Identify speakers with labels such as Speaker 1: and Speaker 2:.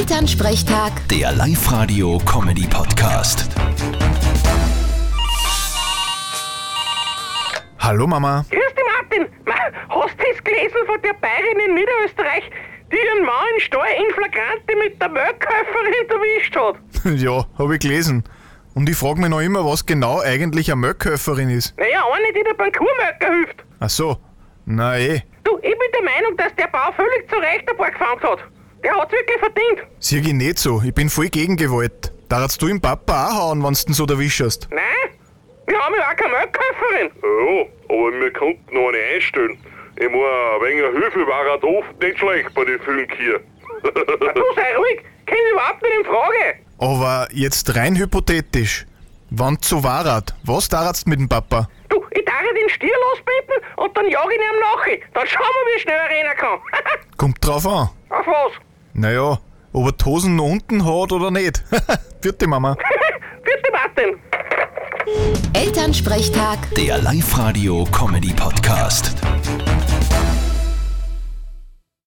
Speaker 1: Elternsprechtag,
Speaker 2: Der Live-Radio-Comedy-Podcast.
Speaker 3: Hallo Mama.
Speaker 4: Grüß dich, Martin. Ma, Hast du das gelesen von der Bayerin in Niederösterreich, die ihren Mann in Steuer in Flagrante mit der Mörkkäuferin erwischt hat?
Speaker 3: Ja, habe ich gelesen. Und ich frage mich noch immer, was genau eigentlich eine Möckköferin ist.
Speaker 4: Naja, eine, die der Bankurmöcker hilft.
Speaker 3: Ach so. Na eh.
Speaker 4: Du, ich bin der Meinung, dass der Bau völlig zu Recht ein paar gefangen hat. Der hat's wirklich verdient.
Speaker 3: Sieg ich nicht so. Ich bin voll gegen Gewalt. Darfst du im Papa auch hauen, wenn's denn so erwischerst.
Speaker 4: Nein, wir haben ja auch keine Mörkkäuferin.
Speaker 5: Ja, aber wir konnten noch eine einstellen. Ich meine, ein wenig Hilfe war halt oft nicht schlecht bei den Fünf hier.
Speaker 4: Du sei ruhig, komm überhaupt nicht in Frage.
Speaker 3: Aber jetzt rein hypothetisch. Wann so warat? Was darfst mit dem Papa?
Speaker 4: Du, ich darf den Stier losbinden und dann jag ich ihn am Nachi. Dann schauen wir, wie schnell er rennen kann.
Speaker 3: Kommt drauf an.
Speaker 4: Auf was?
Speaker 3: Naja, ob er die Hosen noch unten hat oder nicht. Vierte Mama.
Speaker 4: Bitte, Martin.
Speaker 1: Elternsprechtag.
Speaker 2: Der Live-Radio-Comedy-Podcast.